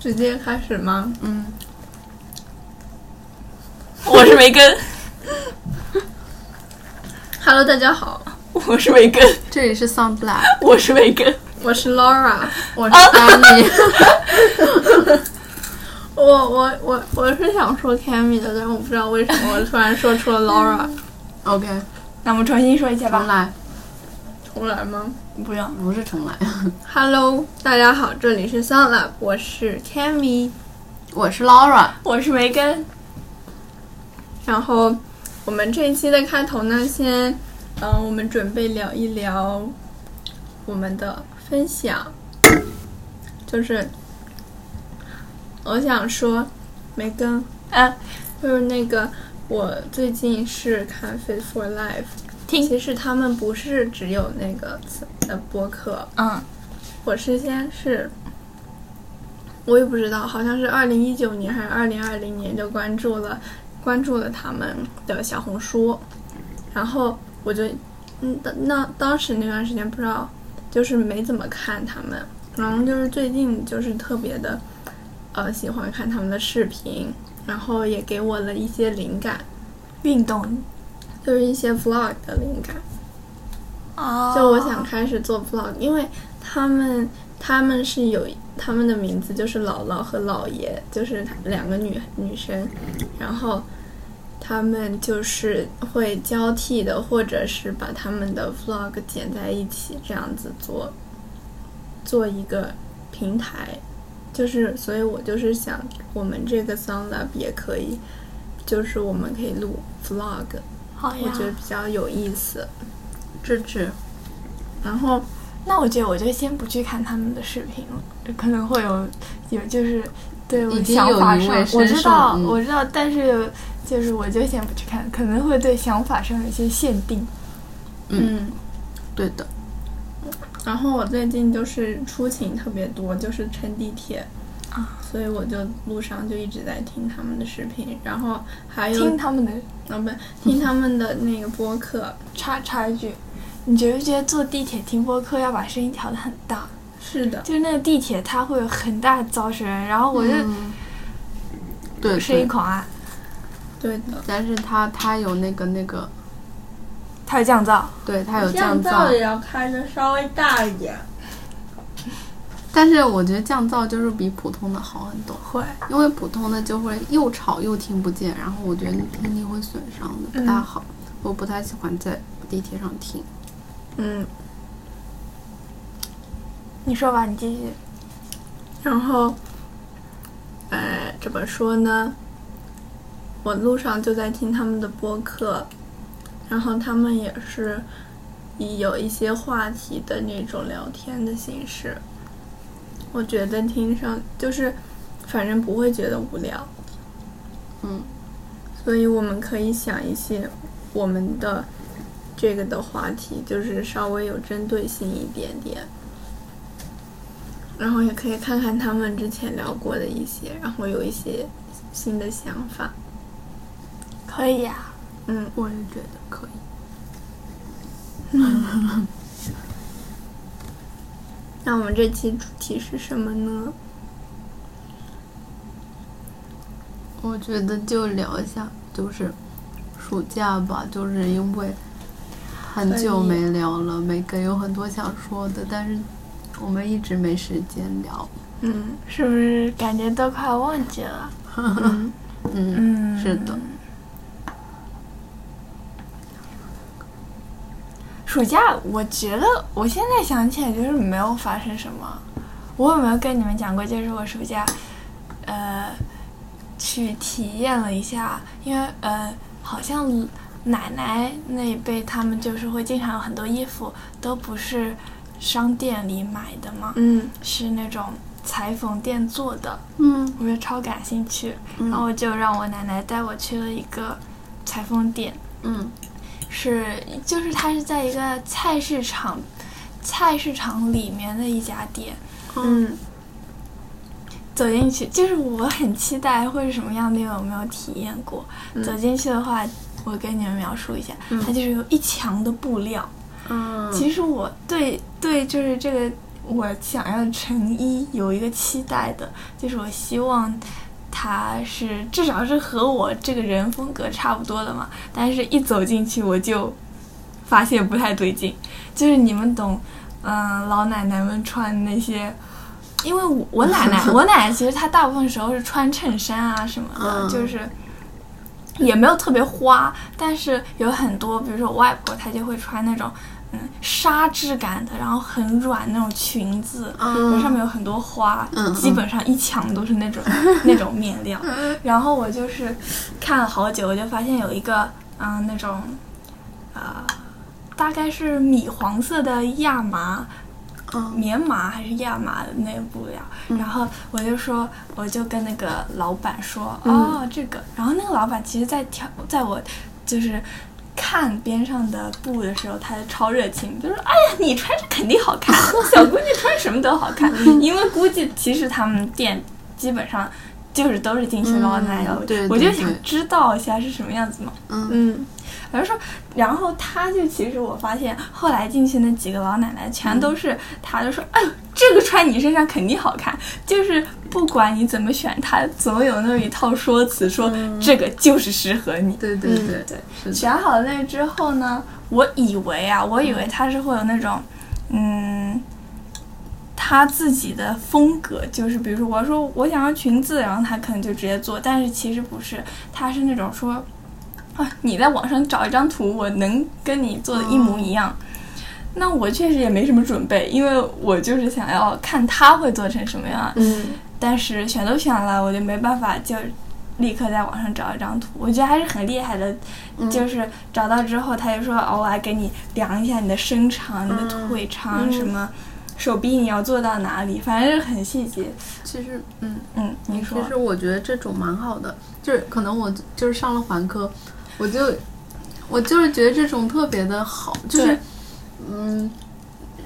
直接开始吗？嗯我是梅根， Hello，大家好，我是梅根，这里是 Sound Black，我是梅根。我是 Laura，我哦是 Cammy。我我我我是想说 Cammy 的，但是我不知道为什么我突然说出了 Laura， OK，那我们重新说一下重吧。来，重来吗不用，不是重来， ？Hello，大家好，这里是 Sun Lab，我是 Cammy。我是 Laura， 我是梅根。然后我们这一期的开头呢，先嗯、呃我们准备聊一聊我们的分享，就是呃我想说，梅根，啊，就是那个我最近是看 Fit for Life，听其实他们不是只有那个呃播客，嗯，我是先是。我也不知道，好像是二零一九年还是二零二零年就关注了关注了他们的小红书，然后我就，嗯，当那当时那段时间不知道，就是没怎么看他们，然后就是最近就是特别的，呃，喜欢看他们的视频，然后也给我了一些灵感，运动就是一些 vlog 的灵感。啊就我想开始做 vlog，因为他们他们是有他们的名字就是姥姥和姥爷，就是她两个女女生，然后他们就是会交替的，或者是把他们的 vlog 剪在一起，这样子做做一个平台，就是所以我就是想我们这个 Sound Lab 也可以，就是我们可以录 vlog，好呀。我觉得比较有意思，支持。然后。那我觉得我就先不去看他们的视频了，可能会有有就是对我已经想法有一位上，我深知受道、嗯我知道，但是就是我就先不去看，可能会对想法上有一些限定。嗯，对的，然后我最近就是出勤特别多，就是乘地铁啊，所以我就路上就一直在听他们的视频，然后还有听他们的啊不听他们的那个播客，插插一句，你觉不觉得坐地铁听播客要把声音调得很大？是的，就是那个地铁它会有很大的噪声，然后我就嗯对声音对，狂啊按，对的，但是它它有那个那个，它会降噪。对它有降降噪也噪，要开的稍微大一点，但是我觉得降噪就是比普通的好很多，会，因为普通的就会又吵又听不见，然后我觉得听力会损伤的，不大好。我不太喜欢在地铁上听。嗯，你说吧，你继续。然后，呃，怎么说呢？我路上就在听他们的播客，然后他们也是以有一些话题的那种聊天的形式。我觉得听上就是，反正不会觉得无聊，嗯，所以我们可以想一些我们的这个的话题，就是稍微有针对性一点点。然后也可以看看他们之前聊过的一些，然后有一些新的想法。可以呀、啊嗯，我也觉得可以。那我们这期主题是什么呢？我觉得就聊一下，就是暑假吧，就是因为很久没聊了，每个有很多想说的，但是我们一直没时间聊。嗯，是不是感觉都快忘记了？嗯，嗯是的。，暑假，我觉得我现在想起来就是没有发生什么。我有没有跟你们讲过，就是我暑假，呃，去体验了一下，因为呃，好像奶奶那一辈他们就是会经常有很多衣服都不是商店里买的嘛，嗯，是那种裁缝店做的。嗯，我就超感兴趣，嗯然后就让我奶奶带我去了一个裁缝店，嗯，是就是它是在一个菜市场，菜市场里面的一家店。嗯，走进去就是我很期待会是什么样的，因为我没有体验嗯过。走进去的话，我跟你们描述一下，它就是有一墙的布料，嗯，其实我对对，就是这个我想要成一有一个期待的，就是我希望他是至少是和我这个人风格差不多的嘛。但是，一走进去我就发现不太对劲，就是你们懂，嗯、老奶奶们穿那些。因为我我奶奶，我奶奶其实她大部分时候是穿衬衫啊什么的，嗯就是也没有特别花，但是有很多，比如说我外婆她就会穿那种嗯纱质感的，然后很软那种裙子，嗯上面有很多花，嗯嗯基本上一抢都是那 种那种面料。然后我就是看了好久，我就发现有一个嗯、那种呃大概是米黄色的亚麻，嗯棉麻还是亚麻的那个布料，然后我就说，我就跟那个老板说，嗯哦，这个，然后那个老板其实在挑，在我就是看边上的布的时候，他超热情，就说，哎呀，你穿着肯定好看，小姑娘穿什么都好看，嗯因为估计其实他们店基本上就是都是进行老奶油，嗯对我就对想对知道一下是什么样子嘛，嗯我就说，然后他就其实我发现后来进去那几个老奶奶全都是，他就说，哎呦，这个穿你身上肯定好看，就是不管你怎么选，他总有那么一套说辞说，这个就是适合你。对对对对是的，选好了那之后呢，我以为啊，我以嗯为他是会有那种，嗯，他自己的风格，就是比如说我说我想要裙子，然后他可能就直接做，但是其实不是，他是那种说，啊，你在网上找一张图，我能跟你做的一模一哦样。那我确实也没什么准备，因为我就是想要看他会做成什么样，嗯但是选都选了，我就没办法就立刻在网上找一张图。我觉得还是很厉害的，嗯就是找到之后，他就说哦，我来给你量一下你的身长、你的腿长、嗯什么。手臂你要做到哪里？反正很细节。其实嗯，嗯，你说其实我觉得这种蛮好的，就是可能我就是上了环科，我就我就是觉得这种特别的好，就是对嗯，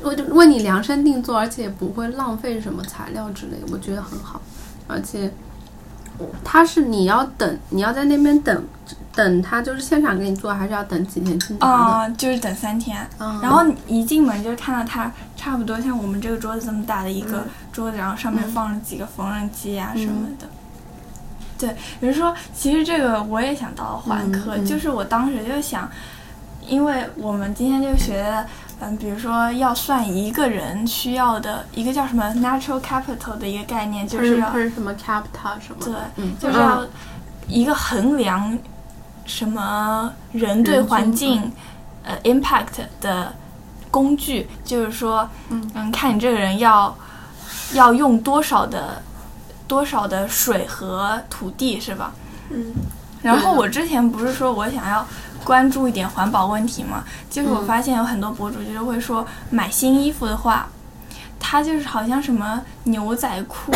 我就为你量身定做，而且也不会浪费什么材料之类，我觉得很好。而且我它是你要等，你要在那边等等他就是现场给你做，还是要等几天清查啊、就是等三天，的？嗯，然后你一进门就看到它差不多像我们这个桌子这么大的一嗯个桌子，然后上面放了几个缝纫机啊什么的。嗯对，比如说，其实这个我也想到了环科，嗯嗯就是我当时就想，因为我们今天就学的，嗯，比如说要算一个人需要的一个叫什么 natural capital 的一个概念，就是要它是什么 capta 什么对的，，嗯就是要一个衡量什么人对环嗯境呃 impact 的工具，就是说，嗯看你这个人要要用多少的多少的水和土地是吧？嗯然后我之前不是说我想要关注一点环保问题嘛，就是我嗯发现有很多博主就是会说买新衣服的话，它就是好像什么牛仔裤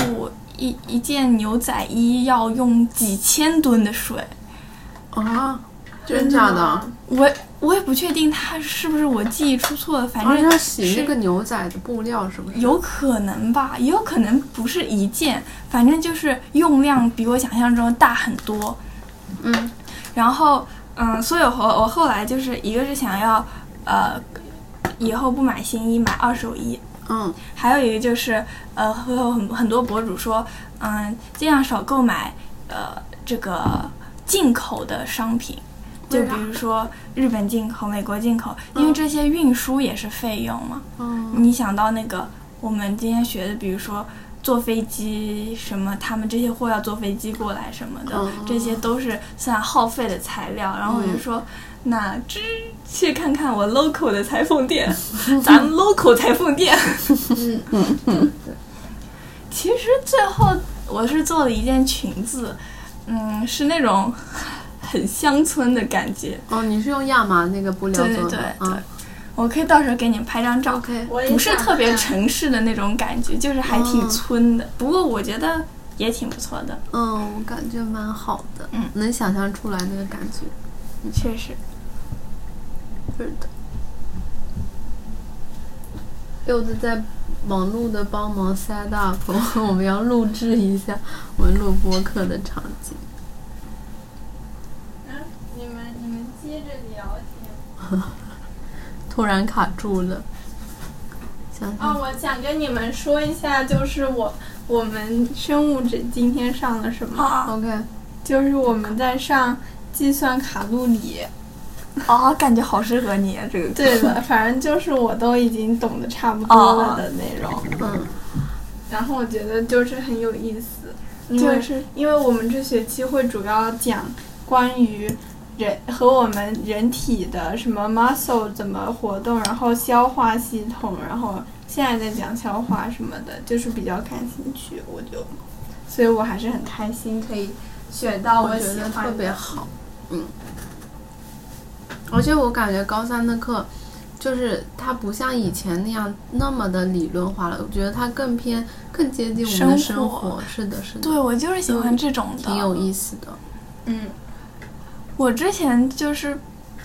一一件牛仔衣要用几千吨的水，啊，真假的？我我也不确定它是不是我记忆出错了，反而且要正洗那个牛仔的布料，是不是？有可能吧，也有可能不是一件，反正就是用量比我想象中大很多。嗯然后，嗯，所以我后我后来就是一个是想要，呃，以后不买新衣，买二手衣。嗯还有一个就是，呃，会有很很多博主说，嗯，尽量少购买，呃，这个进口的商品，就为比啥如说日本进口、美国进口，因为这些运输也是费用嘛。嗯你想到那个我们今天学的，比如说坐飞机什么，他们这些货要坐飞机过来什么的，哦这些都是算耗费的材料。然后我就嗯说，那只去看看我 local 的裁缝店， 咱们 local 裁缝店。 其实最后我是做了一件裙子，嗯，是那种很乡村的感觉。哦，你是用亚麻那个布料对对做对的？啊对，我可以到时候给你们拍张照。 OK，我也不是想特别看城市的那种感觉，就是还挺嗯村的。不过我觉得也挺不错的，嗯，我感觉蛮好的，嗯能想象出来那个感觉。确实。是的。柚子在忙碌的帮忙 set up，我们要录制一下我们录播客的场景。你们你们接着聊，突然卡住了。想想啊，哦我想跟你们说一下，就是我我们生物只今天上了什么？啊 OK，就是我们在上计算卡路里。啊，感觉好适合你啊这个。对 的，反正就是我都已经懂得差不多了的内容。嗯，然后我觉得就是很有意思，因为就是因为我们这学期会主要讲关于人和我们人体的什么 muscle 怎么活动，然后消化系统，然后现在在讲消化什么的，就是比较感兴趣，我就，所以我还是很开心可以选到我觉喜得欢特的。别好，嗯。而且我感觉高三的课，就是它不像以前那样那么的理论化了，我觉得它更偏更接近我们的生生活活。是的，是的，对，我就是喜欢这种的。挺有意思的。嗯，我之前就是，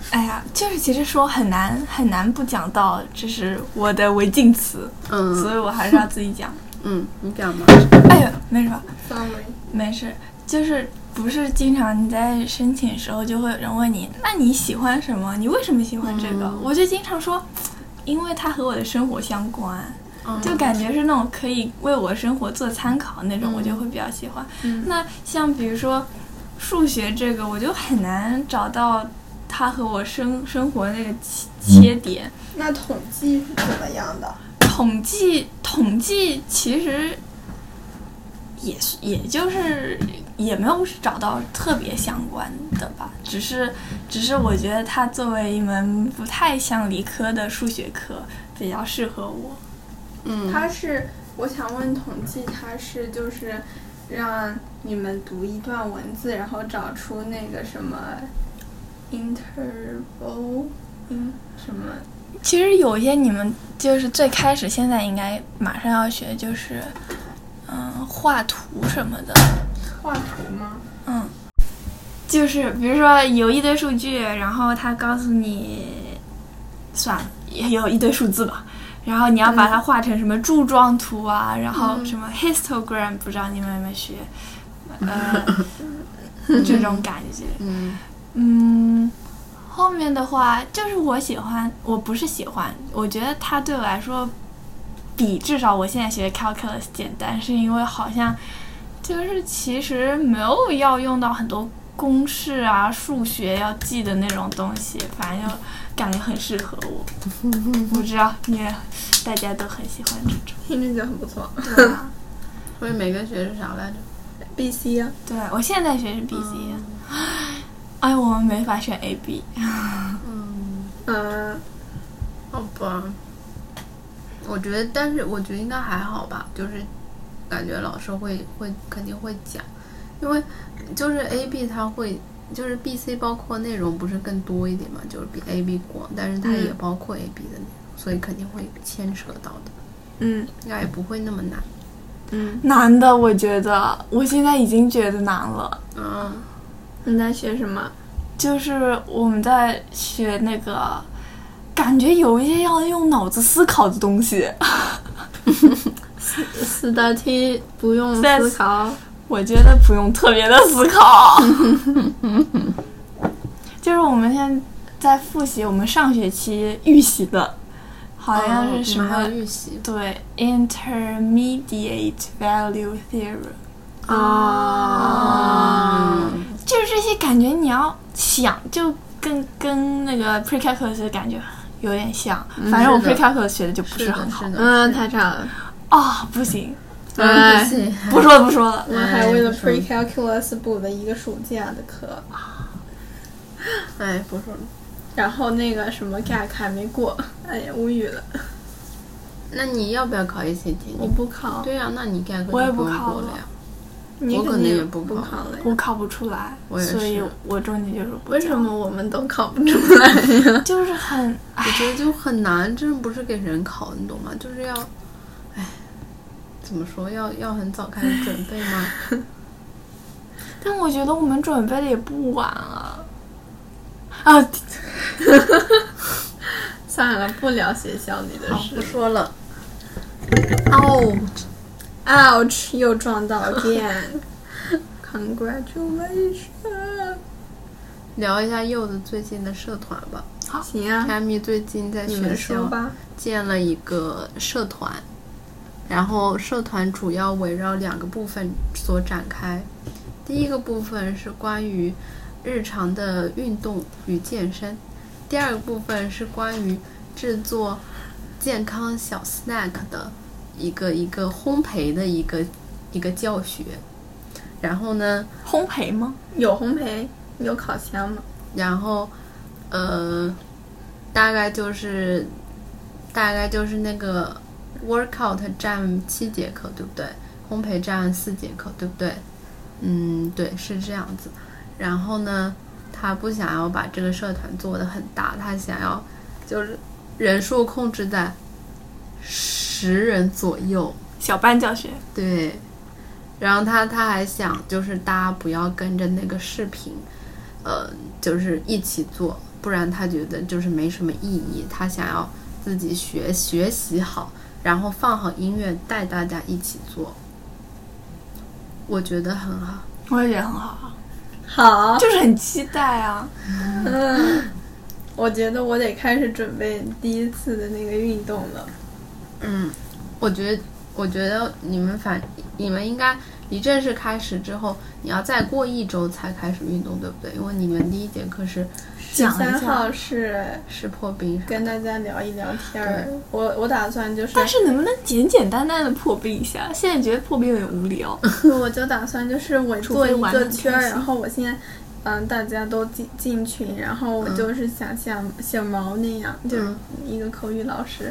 哎呀，就是其实说很难很难不讲到，这是我的违禁词，所嗯以我还是要自己讲。嗯，你讲吧。哎呀，没什么， sorry，没事，就是不是经常你在申请时候就会有人问你，那你喜欢什么？你为什么喜欢这个？嗯我就经常说，因为它和我的生活相关，嗯就感觉是那种可以为我生活做参考那种，嗯我就会比较喜欢。嗯那像比如说数学这个，我就很难找到它和我生生活那个切切点。那统计是怎么样的？统计统计其实也是，也就是也没有找到特别相关的吧，只是只是我觉得它作为一门不太像理科的数学课，比较适合我。嗯，他是，我想问统计，他是就是让你们读一段文字，然后找出那个什么 interval，嗯，什么？其实有一些你们就是最开始现在应该马上要学，就是嗯画图什么的，画图吗？嗯，就是比如说有一堆数据，然后他告诉你，算了，也有一堆数字吧，然后你要把它画成什么柱状图啊，然后什么 histogram，不知道你们有没有学，呃，这种感觉，嗯嗯。后面的话就是我喜欢，我不是喜欢，我觉得它对我来说比至少我现在学 calculus 简单，是因为好像就是其实没有要用到很多公式啊、数学要记的那种东西，反正就感觉很适合我。我知道你也大家都很喜欢这听着就很不错。种，对啊，所以每个学是啥来着？ B C 啊呀、对啊我现在学是 B C，、哎，我们没法选 A B，嗯，嗯、好吧。我觉得，但是我觉得应该还好吧，就是感觉老师会会肯定会讲，因为就是 A B 它会就是 B C 包括内容不是更多一点嘛，就是比 A B 广，但是它嗯也包括 A B 的内容，所以肯定会牵扯到的，嗯应该也不会那么难。嗯，难的我觉得我现在已经觉得难了。嗯你在学什么？就是我们在学那个，感觉有一些要用脑子思考的东西，四道题不用在思考。我觉得不用特别的思考。 就是我们现在在复习我们上学期预习的，好像哦是什我们么、还有预习对 intermediate value theorem，哦哦啊嗯就是这些感觉你要想，就跟跟那个 precalculus 的感觉有点像。反正我是的 precalculus 学的就不是很的，好是的，嗯，太差了。啊、不行。 嗯，不信不说了，不说了。我还为了哎不说了 precalculus 补了一个暑假的课，哎，不说了。然后那个什么 GAC 还没过， 哎呀，无语了。那你要不要考 ACT？我你不考，对呀、啊那你该我也不不用考过了了呀。你我肯可能定也不不考考了呀。我考不出来，我也是所以我中间就是不为讲什么我们都考不出来呀？就是很哎我觉得就很难，真的不是给人考，你懂吗？就是要，哎，怎么说？要要很早开始准备吗？但我觉得我们准备的也不晚啊。啊，算了，不聊学校里的好，事不。说了。哦， Ouch！又撞到 again。Congratulations！聊一下柚子最近的社团吧。好，行啊，艾米最近在你学们说校吧。建了一个社团，然后社团主要围绕两个部分所展开。第一个部分是关于日常的运动与健身，第二个部分是关于制作健康小 snack 的一个一个烘焙的一个一个教学。然后呢，烘焙吗？有烘焙，有烤箱吗？然后，呃，大概就是，大概就是那个 workout 占七节课，对不对？烘焙占四节课，对不对？嗯，对，是这样子。然后呢，他不想要把这个社团做得很大，他想要就是人数控制在十人左右。小班教学，对，然后他他还想就是大家不要跟着那个视频，呃，就是一起做，不然他觉得就是没什么意义。他想要自己学学习好，然后放好音乐带大家一起做，我觉得很好。我也觉得很好啊，好，就是很期待啊。嗯，我觉得我得开始准备第一次的那个运动了。嗯，我觉得，我觉得你们反你们应该离正式开始之后，你要再过一周才开始运动，对不对？因为你们第一节课是十讲一三下，号是是破冰，跟大家聊一聊天儿对，我我打算就是，但是能不能简简单单的破冰一下？现在觉得破冰有点无聊。我就打算就是我除做非一玩个得圈开儿，心然后我现在。嗯，大家都进进群，然后嗯我就是想像小毛那样，就是嗯一个口语老师，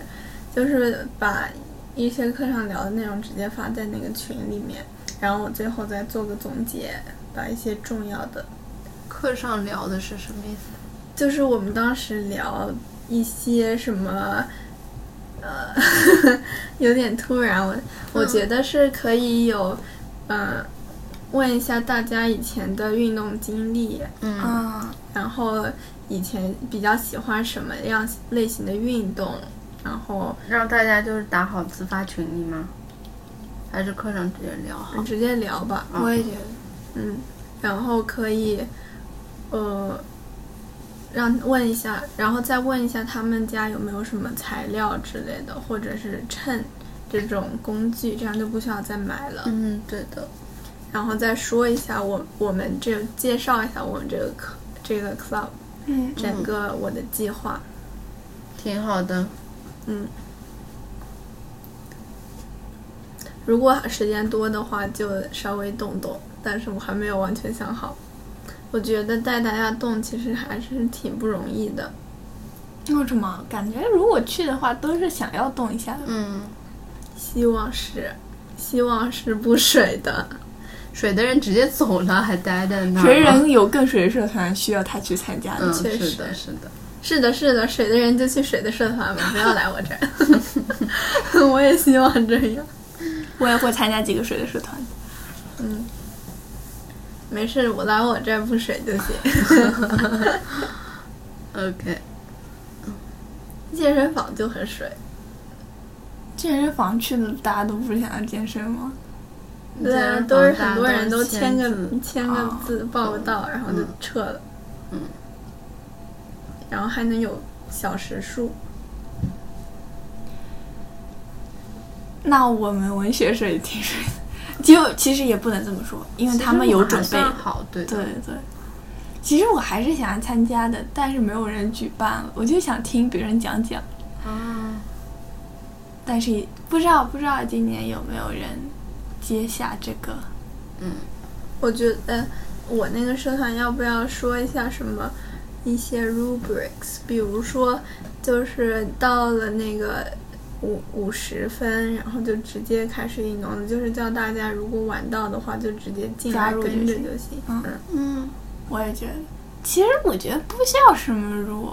就是把一些课上聊的内容直接发在那个群里面，然后我最后再做个总结，把一些重要的课上聊的是什么意思？就是我们当时聊一些什么，呃， 有点突然，我我觉得是可以有，呃，问一下大家以前的运动经历，嗯嗯，然后以前比较喜欢什么样类型的运动，然后让大家就是打好自发群力吗？还是课上直接聊好？直接聊吧，嗯我也觉得。嗯，然后可以，呃，让问一下，然后再问一下他们家有没有什么材料之类的，或者是秤这种工具，这样就不需要再买了。嗯，对的。然后再说一下我我们这介绍一下我们这个课这个 club 嗯，整个我的计划。挺好的，如果时间多的话，就稍微动动，但是我还没有完全想好。我觉得带大家动其实还是挺不容易的。为什么感觉如果去的话，都是想要动一下的。嗯，希望是，希望是不水的。水的人直接走了，还待在那儿。啊谁人有更水的社团需要他去参加嗯，的？确实是的，是的。是的，是的，水的人就去水的社团吧，不要来我这儿。 我也希望这样。我也会参加几个水的社团。嗯，没事，我来我这儿不水就行。 OK，健身房就很水，健身房去的大家都不是想要健身吗？对啊，都都是很多人都都签个字哦签个字报个到，然后就撤了。嗯，然后还能有小时数。那我们文学社也挺水的，就其实也不能这么说，因为他们有准其实备我还。算好，对的对对，其实我还是想要参加的，但是没有人举办了，我就想听别人讲讲，啊，但是也不知道不知道今年有没有人接下这个。嗯，我觉得呃我那个社团要不要说一下什么一些 rubrics，比如说就是到了那个五五十分，然后就直接开始运动了，就是叫大家如果晚到的话就直接进加来入跟着就就行。嗯嗯，我也觉得，其实我觉得不需要什么入，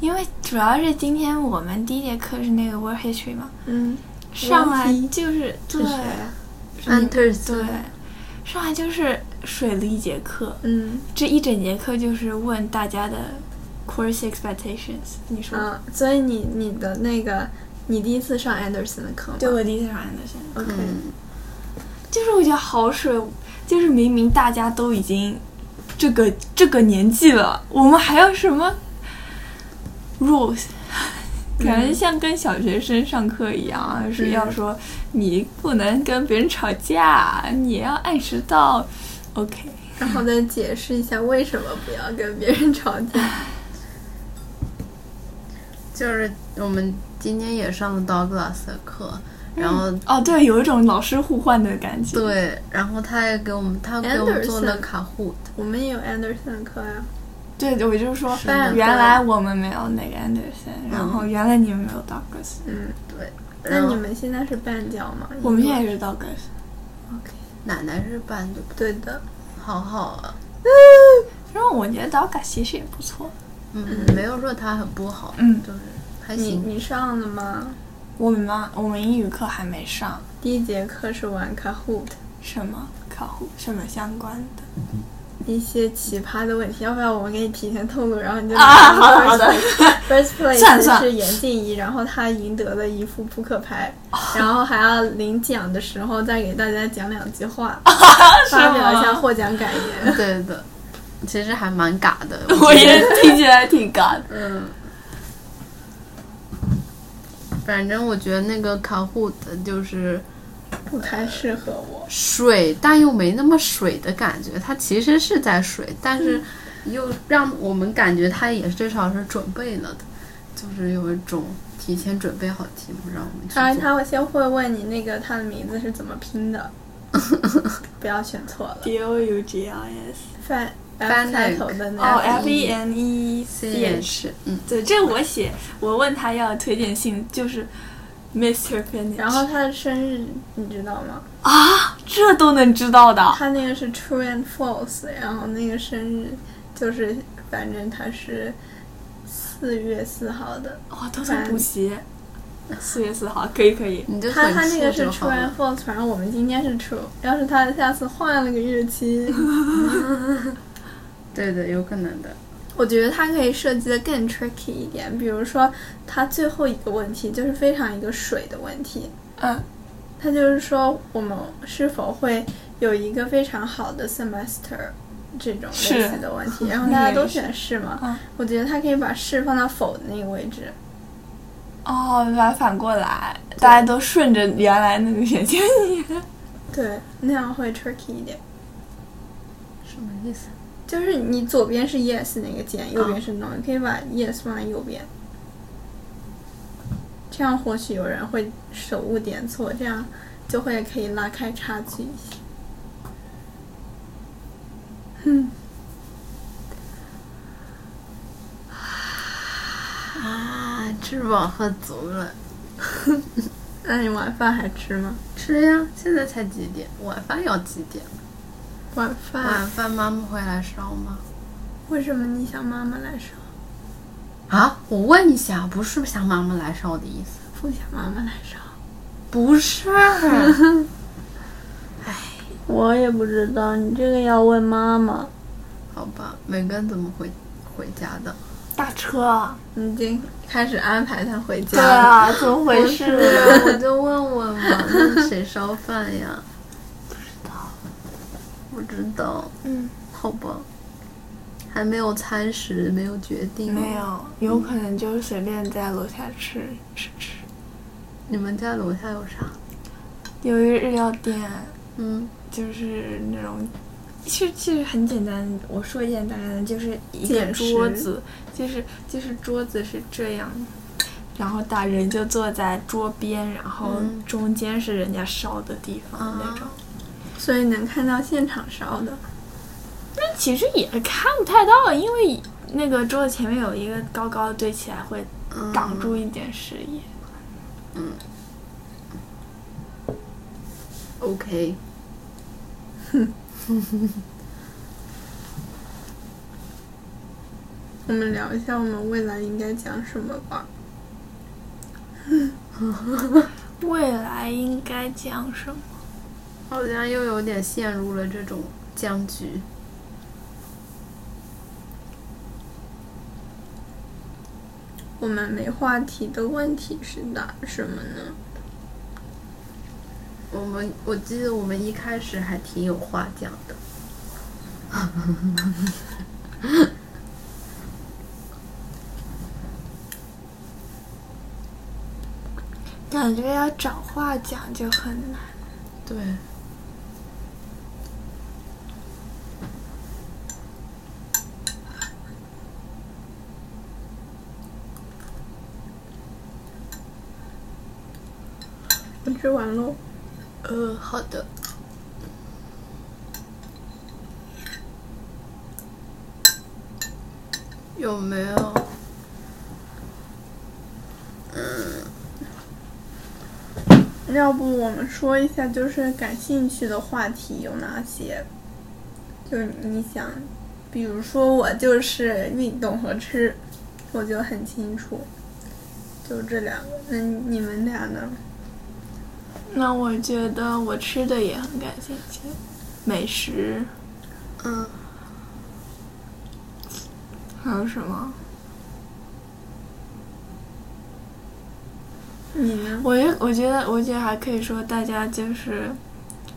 因为主要是今天我们第一节课是那个 World History 嘛，嗯，上来 World 就是对是谁啊你安特对斯，，上来就是水了一节课，嗯这一整节课就是问大家的 course expectations。你说，嗯，所以你你的那个你第一次上 Anderson 的课吗？对我第一次上 Anderson， OK，、嗯，就是我觉得好水，就是明明大家都已经这个这个年纪了，我们还要什么 rules，感嗯觉像跟小学生上课一样，就是要说你不能跟别人吵架，你要按时到。OK，然后再解释一下为什么不要跟别人吵架。就是我们今天也上了 Douglas 的课，然后哦，对，有一种老师互换的感觉。对，然后他也给我们，他给我们做了卡 o 我们也有 Anderson 的课呀、对，我就说是的嗯原来我们没有那个 Anderson，然后原来你们没有 Douglas，嗯，对，那然后你们现在是半教吗？我嗯们现在也是 Douglas。 OK，奶奶是办的，对的。好好啊。然后我觉得 Douglas 其实也不错，嗯，没有说他很不好，嗯就是还你行。你上了吗？我们嘛，我们英语课还没上第一节课是玩 Kahoot，什么考核什么相关的。一些奇葩的问题，要不要我们给你提前透露，然后你就啊好的好的。 First place 算了算了是严静怡，然后她赢得了一副扑克牌，哦然后还要领奖的时候再给大家讲两句 话，发表一下获奖感言。 对的，其实还蛮嘎 的。 我也听起来挺尬的。嗯，反正我觉得那个卡户的就是不太适合我，水，但又没那么水的感觉。它其实是在水，但是又让我们感觉它也至少是准备了的，就是有一种提前准备好题目让我们去当然做。他会先会问你那个他的名字是怎么拼 的，不要选错了。 D O U G I S 范 Fennec F 开头的那哦个 F E N E C H。 CH，嗯，对，这我写，我问他要推荐信，就是 Mr. f i n i 然后他的生日你知道吗？啊，这都能知道的。他那个是 true and false，然后那个生日就是反正他是四月四号的，哇，都在补习。四月四号，可以可以。你就他很他那个粗是就 true 好 and 了。 false，反正我们今天是 true，要是他下次换了个日期， 对的，有可能的。我觉得它可以设计的更 tricky 一点，比如说它最后一个问题就是非常一个水的问题，嗯，它就是说我们是否会有一个非常好的 semester 这种类似的问 题，然后大家都选是嘛，嗯我觉得它可以把是放到否的那个位置，哦，把它反过来，大家都顺着原来那个选项写。对，那样会 tricky 一点。什么意思？就是你左边是 yes 那个键，右边是 no，、你可以把 yes 放在右边，这样或许有人会手误点错，这样就会可以拉开差距一些。啊，吃饱喝足了。那你晚饭还吃吗？吃呀，现在才几点？晚饭要几点？晚饭、晚饭妈妈会来烧吗？为什么你想妈妈来烧？啊，我问一下，不是想妈妈来烧的意思，不想妈妈来烧？不 是。我也不知道，你这个要问妈妈。好吧，梅根怎么回回家的？ 大车，你已经开始安排他回家对了。啊，怎么回不事？是，啊我就问问嘛， 那谁烧饭呀？不知道，嗯，好吧，还没有餐食，没有决定。没。有，有可能就是随便在楼下吃吃吃。你们家楼下有啥？有一个日料店，嗯，就是那种，其实其实很简单，我说一件大概的，就是一个简食桌子，就是就是桌子是这样，然后大人就坐在桌边，然后嗯中间是人家烧的地方那种。所以能看到现场烧的。那其实也看不太到，因为那个桌子前面有一个高高的堆起来，会嗯挡住一点视野。 OK，我们聊一下我们未来应该讲什么吧。未来应该讲什么？好像又有点陷入了这种僵局。我们没话题的问题是答什么呢？我们我记得我们一开始还挺有话讲的，感觉要找话讲就很难。对，我吃完喽。呃，好的。有没有？要不我们说一下，就是感兴趣的话题有哪些？就是你想，比如说我就是运动和吃，我就很清楚，就这两个。那你们俩呢？那我觉得我吃的也很感兴趣，美食嗯，还有什么？你呢？我觉我觉得我觉得还可以说大家就是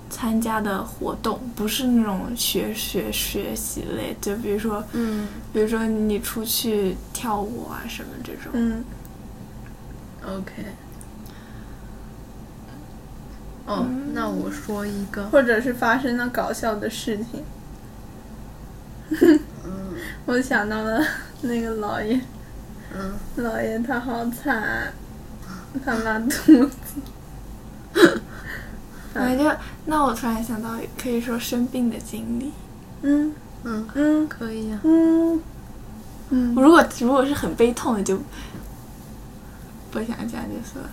参加的活动，不是那种学学学习类，就比如说嗯，比如说你出去跳舞啊什么这种。嗯， OK。哦，那我说一个，或者是发生了搞笑的事情。嗯 我想到了那个老爷，嗯，老爷他好惨啊，他拉肚子。我就那我突然想到，可以说生病的经历。嗯嗯，嗯可以呀、嗯嗯，如果如果是很悲痛的，就不想讲就算了。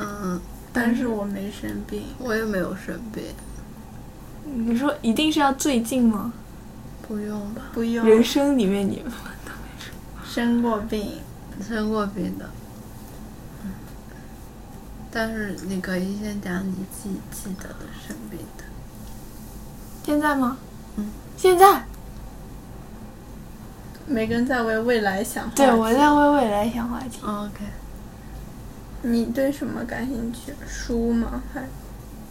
嗯，但是我没生病。我也没有生病，你说一定是要最近吗？嗯不用吧？不人用生里面你嗯生过病，生过病的。嗯但是你可以先讲你记记得的生病的，现在吗？嗯，现在。梅根在为未来想。对，我在。为未来想话题。哦 OK，你对什么感兴趣？书吗？还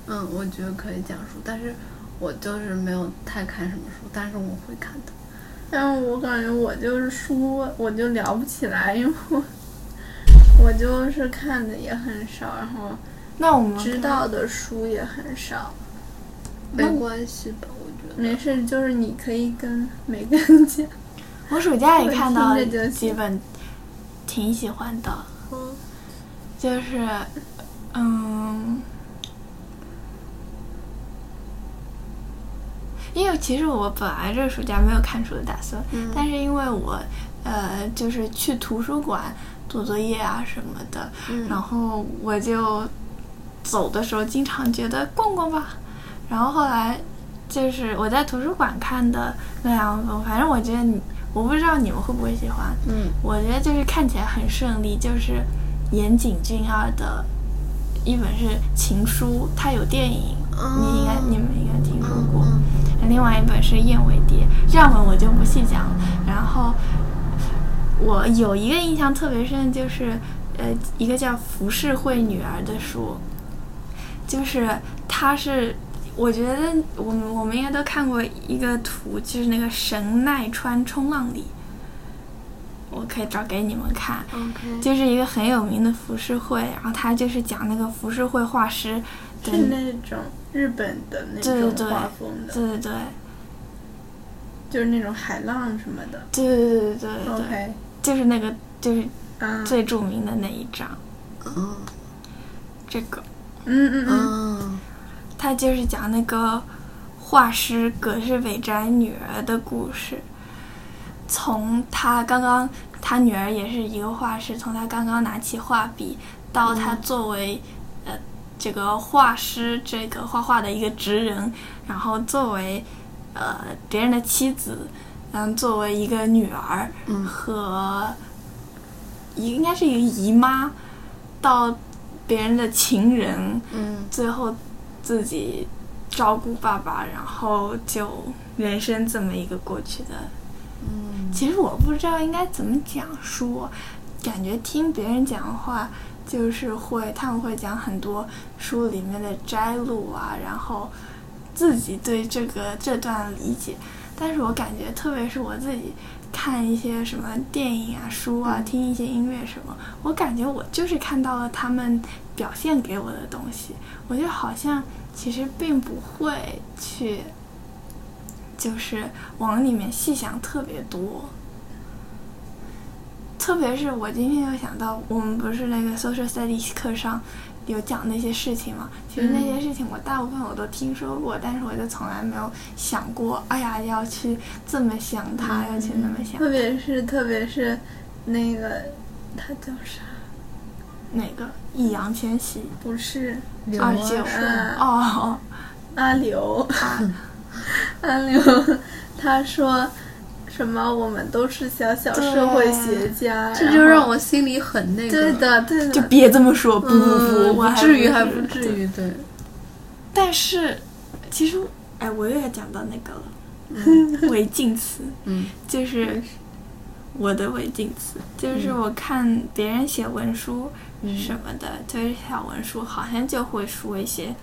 嗯，我觉得可以讲书，但是我就是没有太看什么书，但是我会看的。但我感觉我就是书，我就聊不起来，因为我我就是看的也很少，然后那我们知道的书也很少。没关系吧，我觉得。没事，就是你可以跟梅根 讲。我暑假也看到听着就几本挺喜欢的，嗯就是嗯，因为其实我本来这个暑假没有看书的打算，嗯但是因为我呃就是去图书馆做作业啊什么的，嗯然后我就走的时候经常觉得逛逛吧，然后后来就是我在图书馆看的那两本，反正我觉得你，我不知道你们会不会喜欢，嗯我觉得就是看起来很顺利，就是岩井俊二的一本是《情书》，它有电影，你应该你们应该听嗯说过。另外一本是《燕尾蝶》，这两本我就不细讲了。然后我有一个印象特别深，就是呃，一个叫《浮世绘女儿》的书，就是它是。我觉得我们我们应该都看过一个图，就是那个神奈川冲浪里，我可以找给你们看。嗯 OK，就是一个很有名的浮世绘，然后他就是讲那个浮世绘画师的是那种日本的那对种对画风的，对对对就是那种海浪什么的。对对对对对 OK，就是那个就是啊，最著名的那一张，嗯这个嗯嗯嗯，嗯他就是讲那个画师葛饰北斋女儿的故事，从他刚刚他女儿也是一个画师，从他刚刚拿起画笔到他作为、呃这个画师这个画画的一个职人，然后作为呃别人的妻子，嗯，作为一个女儿嗯和一应该是一个姨妈，到别人的情人，嗯最后自己照顾爸爸，然后就人生这么一个过去的。嗯其实我不知道应该怎么讲说，感觉听别人讲话就是会，他们会讲很多书里面的摘录啊，然后自己对这个这段理解。但是我感觉，特别是我自己看一些什么电影啊、书啊，听一些音乐什么，我感觉我就是看到了他们表现给我的东西，我就好像其实并不会去，就是往里面细想特别多。特别是我今天又想到，我们不是那个 social studies 课上有讲那些事情嘛？其实那些事情我大部分我都听说过，但是我就从来没有想过，哎呀，要去这么想它，要去那么想特别是特别是那个他叫啥？哪个易烊千玺不是刘啊，啊就嗯哦阿刘，啊， 阿刘，他说什么？我们都是小小对啊社会学家，这就然后让我心里很那个。对的对的，就别这么说，不不嗯，不，我还至于不还是不至于， 对，但是，其实，哎，我又要讲到那个 了，违禁词，嗯，就是我的违禁词，就是嗯我看别人写文书什么的，就是小文书，好像就会说一些，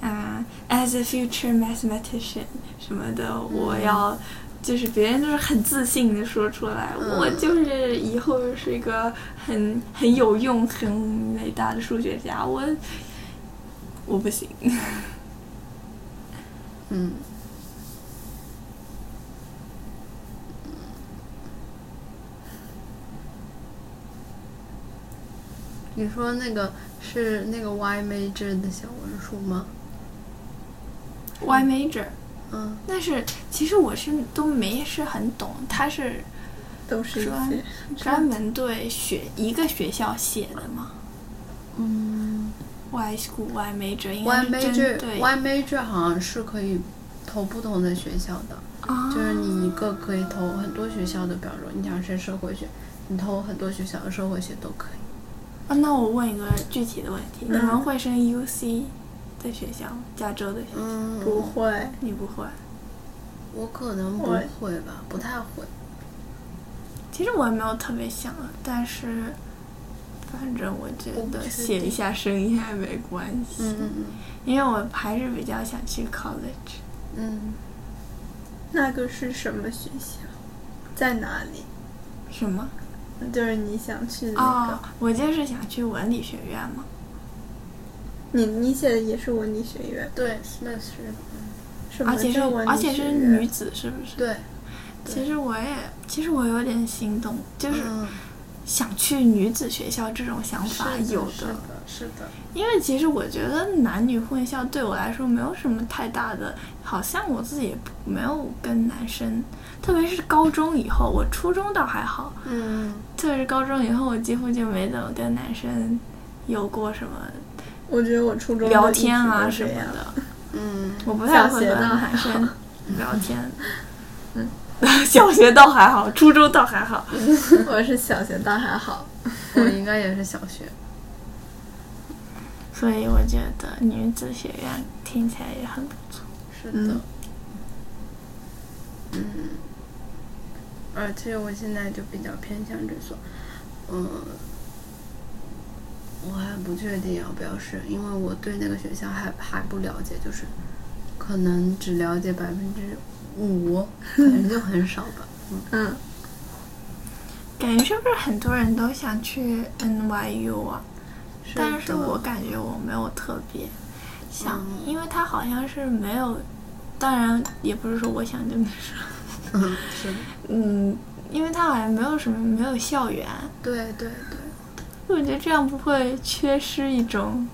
嗯、a s a future mathematician 什么的，我要。就是别人就是很自信的说出来，嗯我就是以后是一个很很有用、很伟大的数学家，我我不行。嗯。你说那个是那个 Y major 的小文书吗？ Y major，嗯，但是其实我是都没是很懂，它是都是一专些专门对学一个学校写的嘛。嗯 Y school Y major 应该，Y 是针 major 对 Y major 好像是可以投不同的学校的，啊，就是你一个可以投很多学校的，比方说你想是社会学，你投很多学校的社会学都可以。啊那我问一个具体的问题，你嗯们会升 UC 的学校吗，加州的学校？嗯，不会，你不会？我可能不我会吧，不太会。其实我也没有特别想，啊但是反正我觉我不得确写一定下升一下也没关系，嗯嗯因为我还是比较想去 college。嗯嗯，那个是什么学校，在哪里？什么？就是你想去的那个，哦，我就是想去文理学院嘛。你你写的也是文理学院，对，那是什么而且是叫文理而且学是院女子，是不是？对，对其实我也，其实我有点心动，就是嗯想去女子学校这种想法有是的，是的，因为其实我觉得男女混校对我来说没有什么太大的，好像我自己也不没有跟男生，特别是高中以后，我初中倒还好，嗯，特别是高中以后，我几乎就没怎么跟男生有过什么我觉得我初中聊就一天直啊都什这么样的。 嗯，我不太小会学和倒男还 生聊天。嗯， 小学倒还好，初中倒还好。我是小学倒还好，我应该也是小学，所以我觉得女子学院听起来也很不错。是的嗯，嗯，而且我现在就比较偏向这所，嗯，我还不确定要不要试，因为我对那个学校还还不了解，就是可能只了解百分之五，可能就很少吧，嗯。嗯，感觉是不是很多人都想去 NYU 啊？是但是的我感觉我没有特别想，嗯因为它好像是没有。当然，也不是说我想就能上。嗯，是的，嗯，因为它好像没有什么没有校园，对对对，我觉得这样不会缺失一种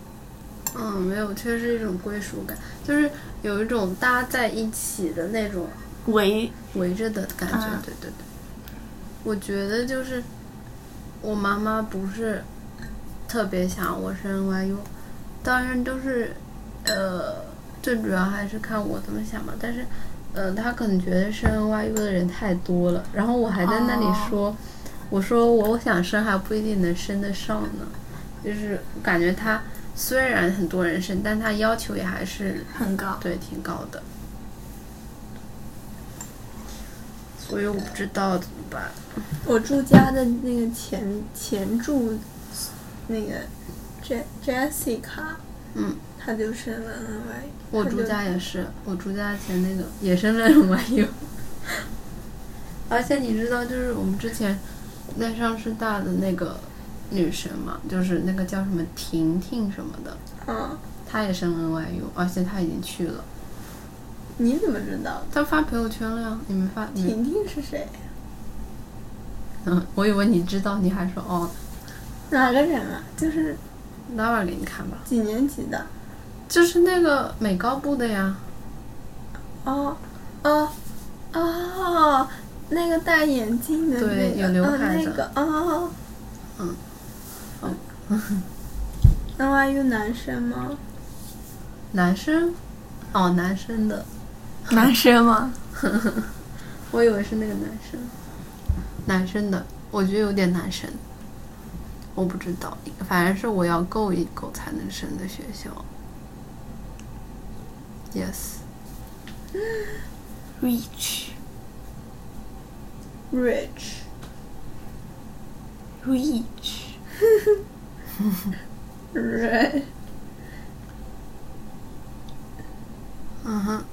嗯，没有，确实一种归属感，就是有一种搭在一起的那种围围着的感觉。嗯对对对，我觉得就是我妈妈不是特别想我升 NYU，当然就是呃，最主要还是看我怎么想嘛。但是，呃，她可能觉得升 NYU 的人太多了，然后我还在那里哦说，我说我想升还不一定能升得上呢，就是感觉她虽然很多人升，但她要求也还是很 高。对，挺高的。所以我不知道怎么办。我住家的那个前前住那个 J Jessica，嗯，她就升了 NY，我她住就家也是，我住家前那个也是那种玩意儿。 而且你知道，就是我们之前在上师大的那个女神嘛，就是那个叫什么婷婷什么的，嗯，她也升 NYU，而且她已经去了。你怎么知道？她发朋友圈了呀，你没发？你婷婷是谁？嗯，我以为你知道，你还说哦，哪个人啊？就是待会儿给你看吧。几年级的？就是那个美高部的呀，哦，哦，哦，那个戴眼镜的、那个，对有刘海哦、那的个，哦， 嗯，哦，N Y U 男生吗？男生，哦，男生的，男生吗？我以为是那个男生，男生的，我觉得有点男生，我不知道，反正是我要够一够才能升的学校。Yes， Reach, Rich， reach, rich，嗯哼，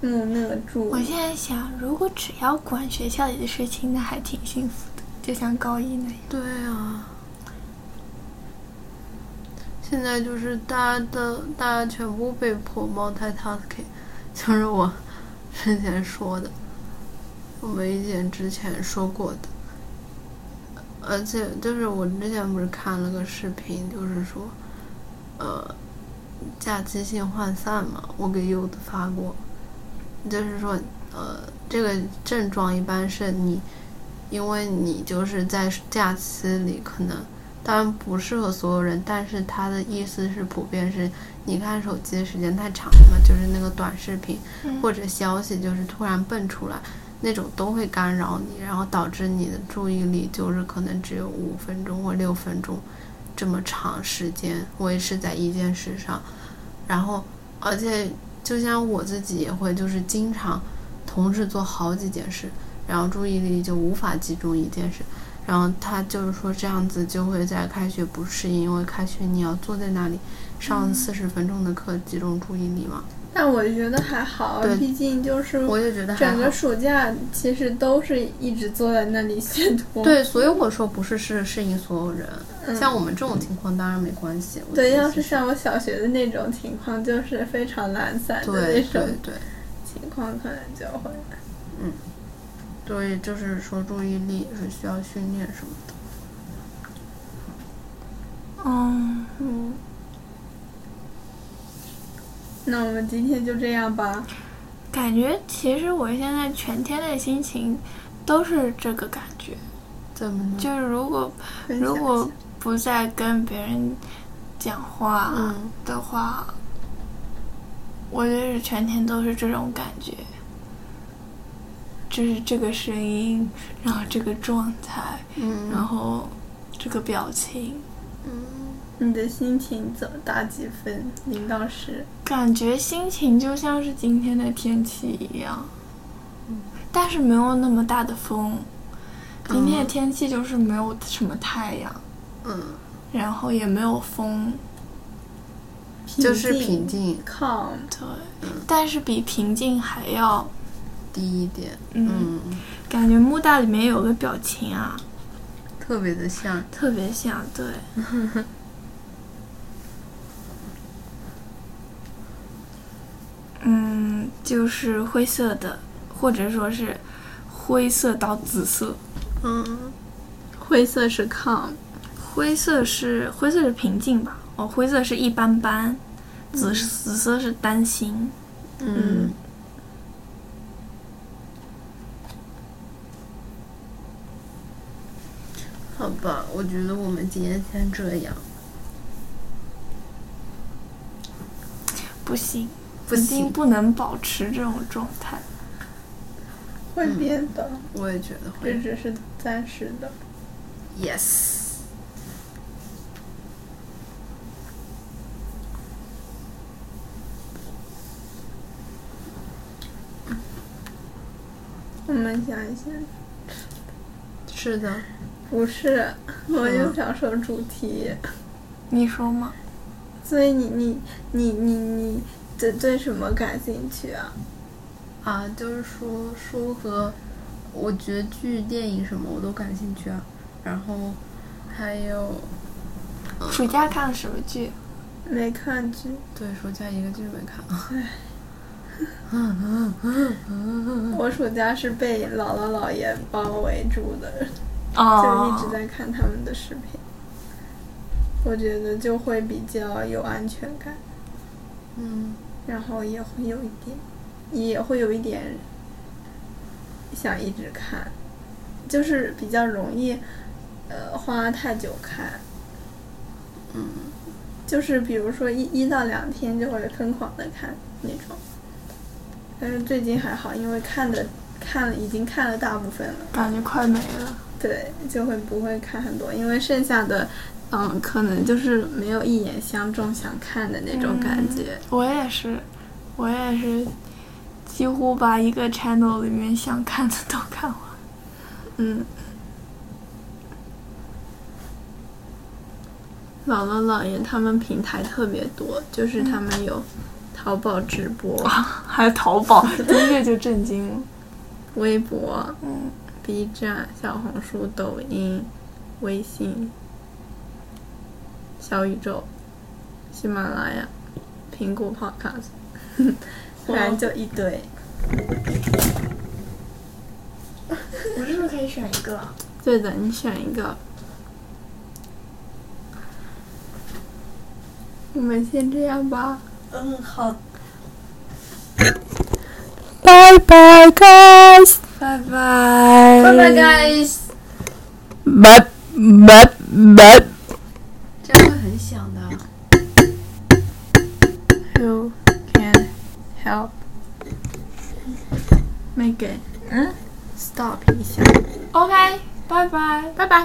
木讷住我。现在想，如果只要管学校里的事情，那还挺幸福的，就像高一那样。对啊。现在就是大家的，大家全部被迫 multitasking，就是 我之前说的，我们以前之前说过的，而且就是我之前不是看了个视频，就是说，呃，假期性涣散嘛，我给柚子发过，就是说，呃，这个症状一般是你，因为你就是在假期里可能。当然不适合所有人，但是他的意思是普遍是，你看手机的时间太长了嘛，就是那个短视频、嗯或者消息，就是突然蹦出来那种都会干扰你，然后导致你的注意力就是可能只有五分钟或六分钟这么长时间维持在一件事上，然后而且就像我自己也会，就是经常同时做好几件事，然后注意力就无法集中一件事。然后他就是说这样子就会在开学不适应，因为开学你要坐在那里嗯上四十分钟的课，集中注意力嘛。但我觉得还好啊对，毕竟就是我也觉得嗯还整好个。暑假其实都是一直坐在那里 写作。对，所以我说不是适适应所有人，嗯像我们这种情况当然没关系。我对，觉得要是其实像我小学的那种情况，就是非常懒散的对那对种对，情况，可能就会。所以就是说注意力是需要训练什么的。嗯，嗯，那我们今天就这样吧。感觉其实我现在全天的心情都是这个感觉，怎么呢？就是如果分享如一果下不再跟别人讲话啊嗯的话，我就是全天都是这种感觉，就是这个声音，然后这个状态，嗯然后这个表情，嗯你的心情怎么打几分？零到十，感觉心情就像是今天的天气一样，嗯但是没有那么大的风。今天的嗯天气就是没有什么太阳，嗯，然后也没有风，就是平静 calm。对，但是比平静还要，低一点。嗯，嗯，感觉木大里面有个表情啊，特别的像。特别像， 对，嗯，就是灰色的，或者说是灰色到紫色，嗯灰色是 calm，灰色是灰色是平静吧，嗯哦，灰色是一般般，紫、紫色是担心，嗯好吧，我觉得我们今天先这样，不行，不一定行，不能保持这种状态。会嗯变的，我也觉得这会。只是暂时的。 Yes。我们想一想，是的，不是，我又嗯想说主题。你说吗？所以你你你你你对对什么感兴趣啊？啊，就是书书和我觉得剧、电影什么我都感兴趣啊。然后还有暑假看了什么剧？没看剧，对暑假一个剧没看，我暑假是被姥姥姥爷包围住的，就一直哦，在看他们的视频。我觉得就会比较有安全感，嗯，然后也会有一点，也会有一点想一直看，就是比较容易，呃，花太久看。嗯，就是比如说一一到两天就会疯狂的看那种，但是最近还好，因为看的看了已经看了大部分了，感觉快没了。对，就会不会看很多，因为剩下的。嗯，可能就是没有一眼相中想看的那种感觉。我也是，我也是，几乎把一个 channel 里面想看的都看完。嗯，姥姥姥爷他们平台特别多，就是他们有淘宝直播、还有淘宝，第一个就震惊了。微博、嗯， B 站、小红书、抖音、微信、小宇宙、喜马拉雅、苹果 Podcast，反正就一堆。我是不是可以选一个？对的，你选一个。我们先这样吧。嗯，好。 Bye bye, guys. 拜拜。拜 guys， Bye bye bye. 这样会很响的。 Who can help? Megan，嗯，stop 一下， OK，拜拜。拜拜。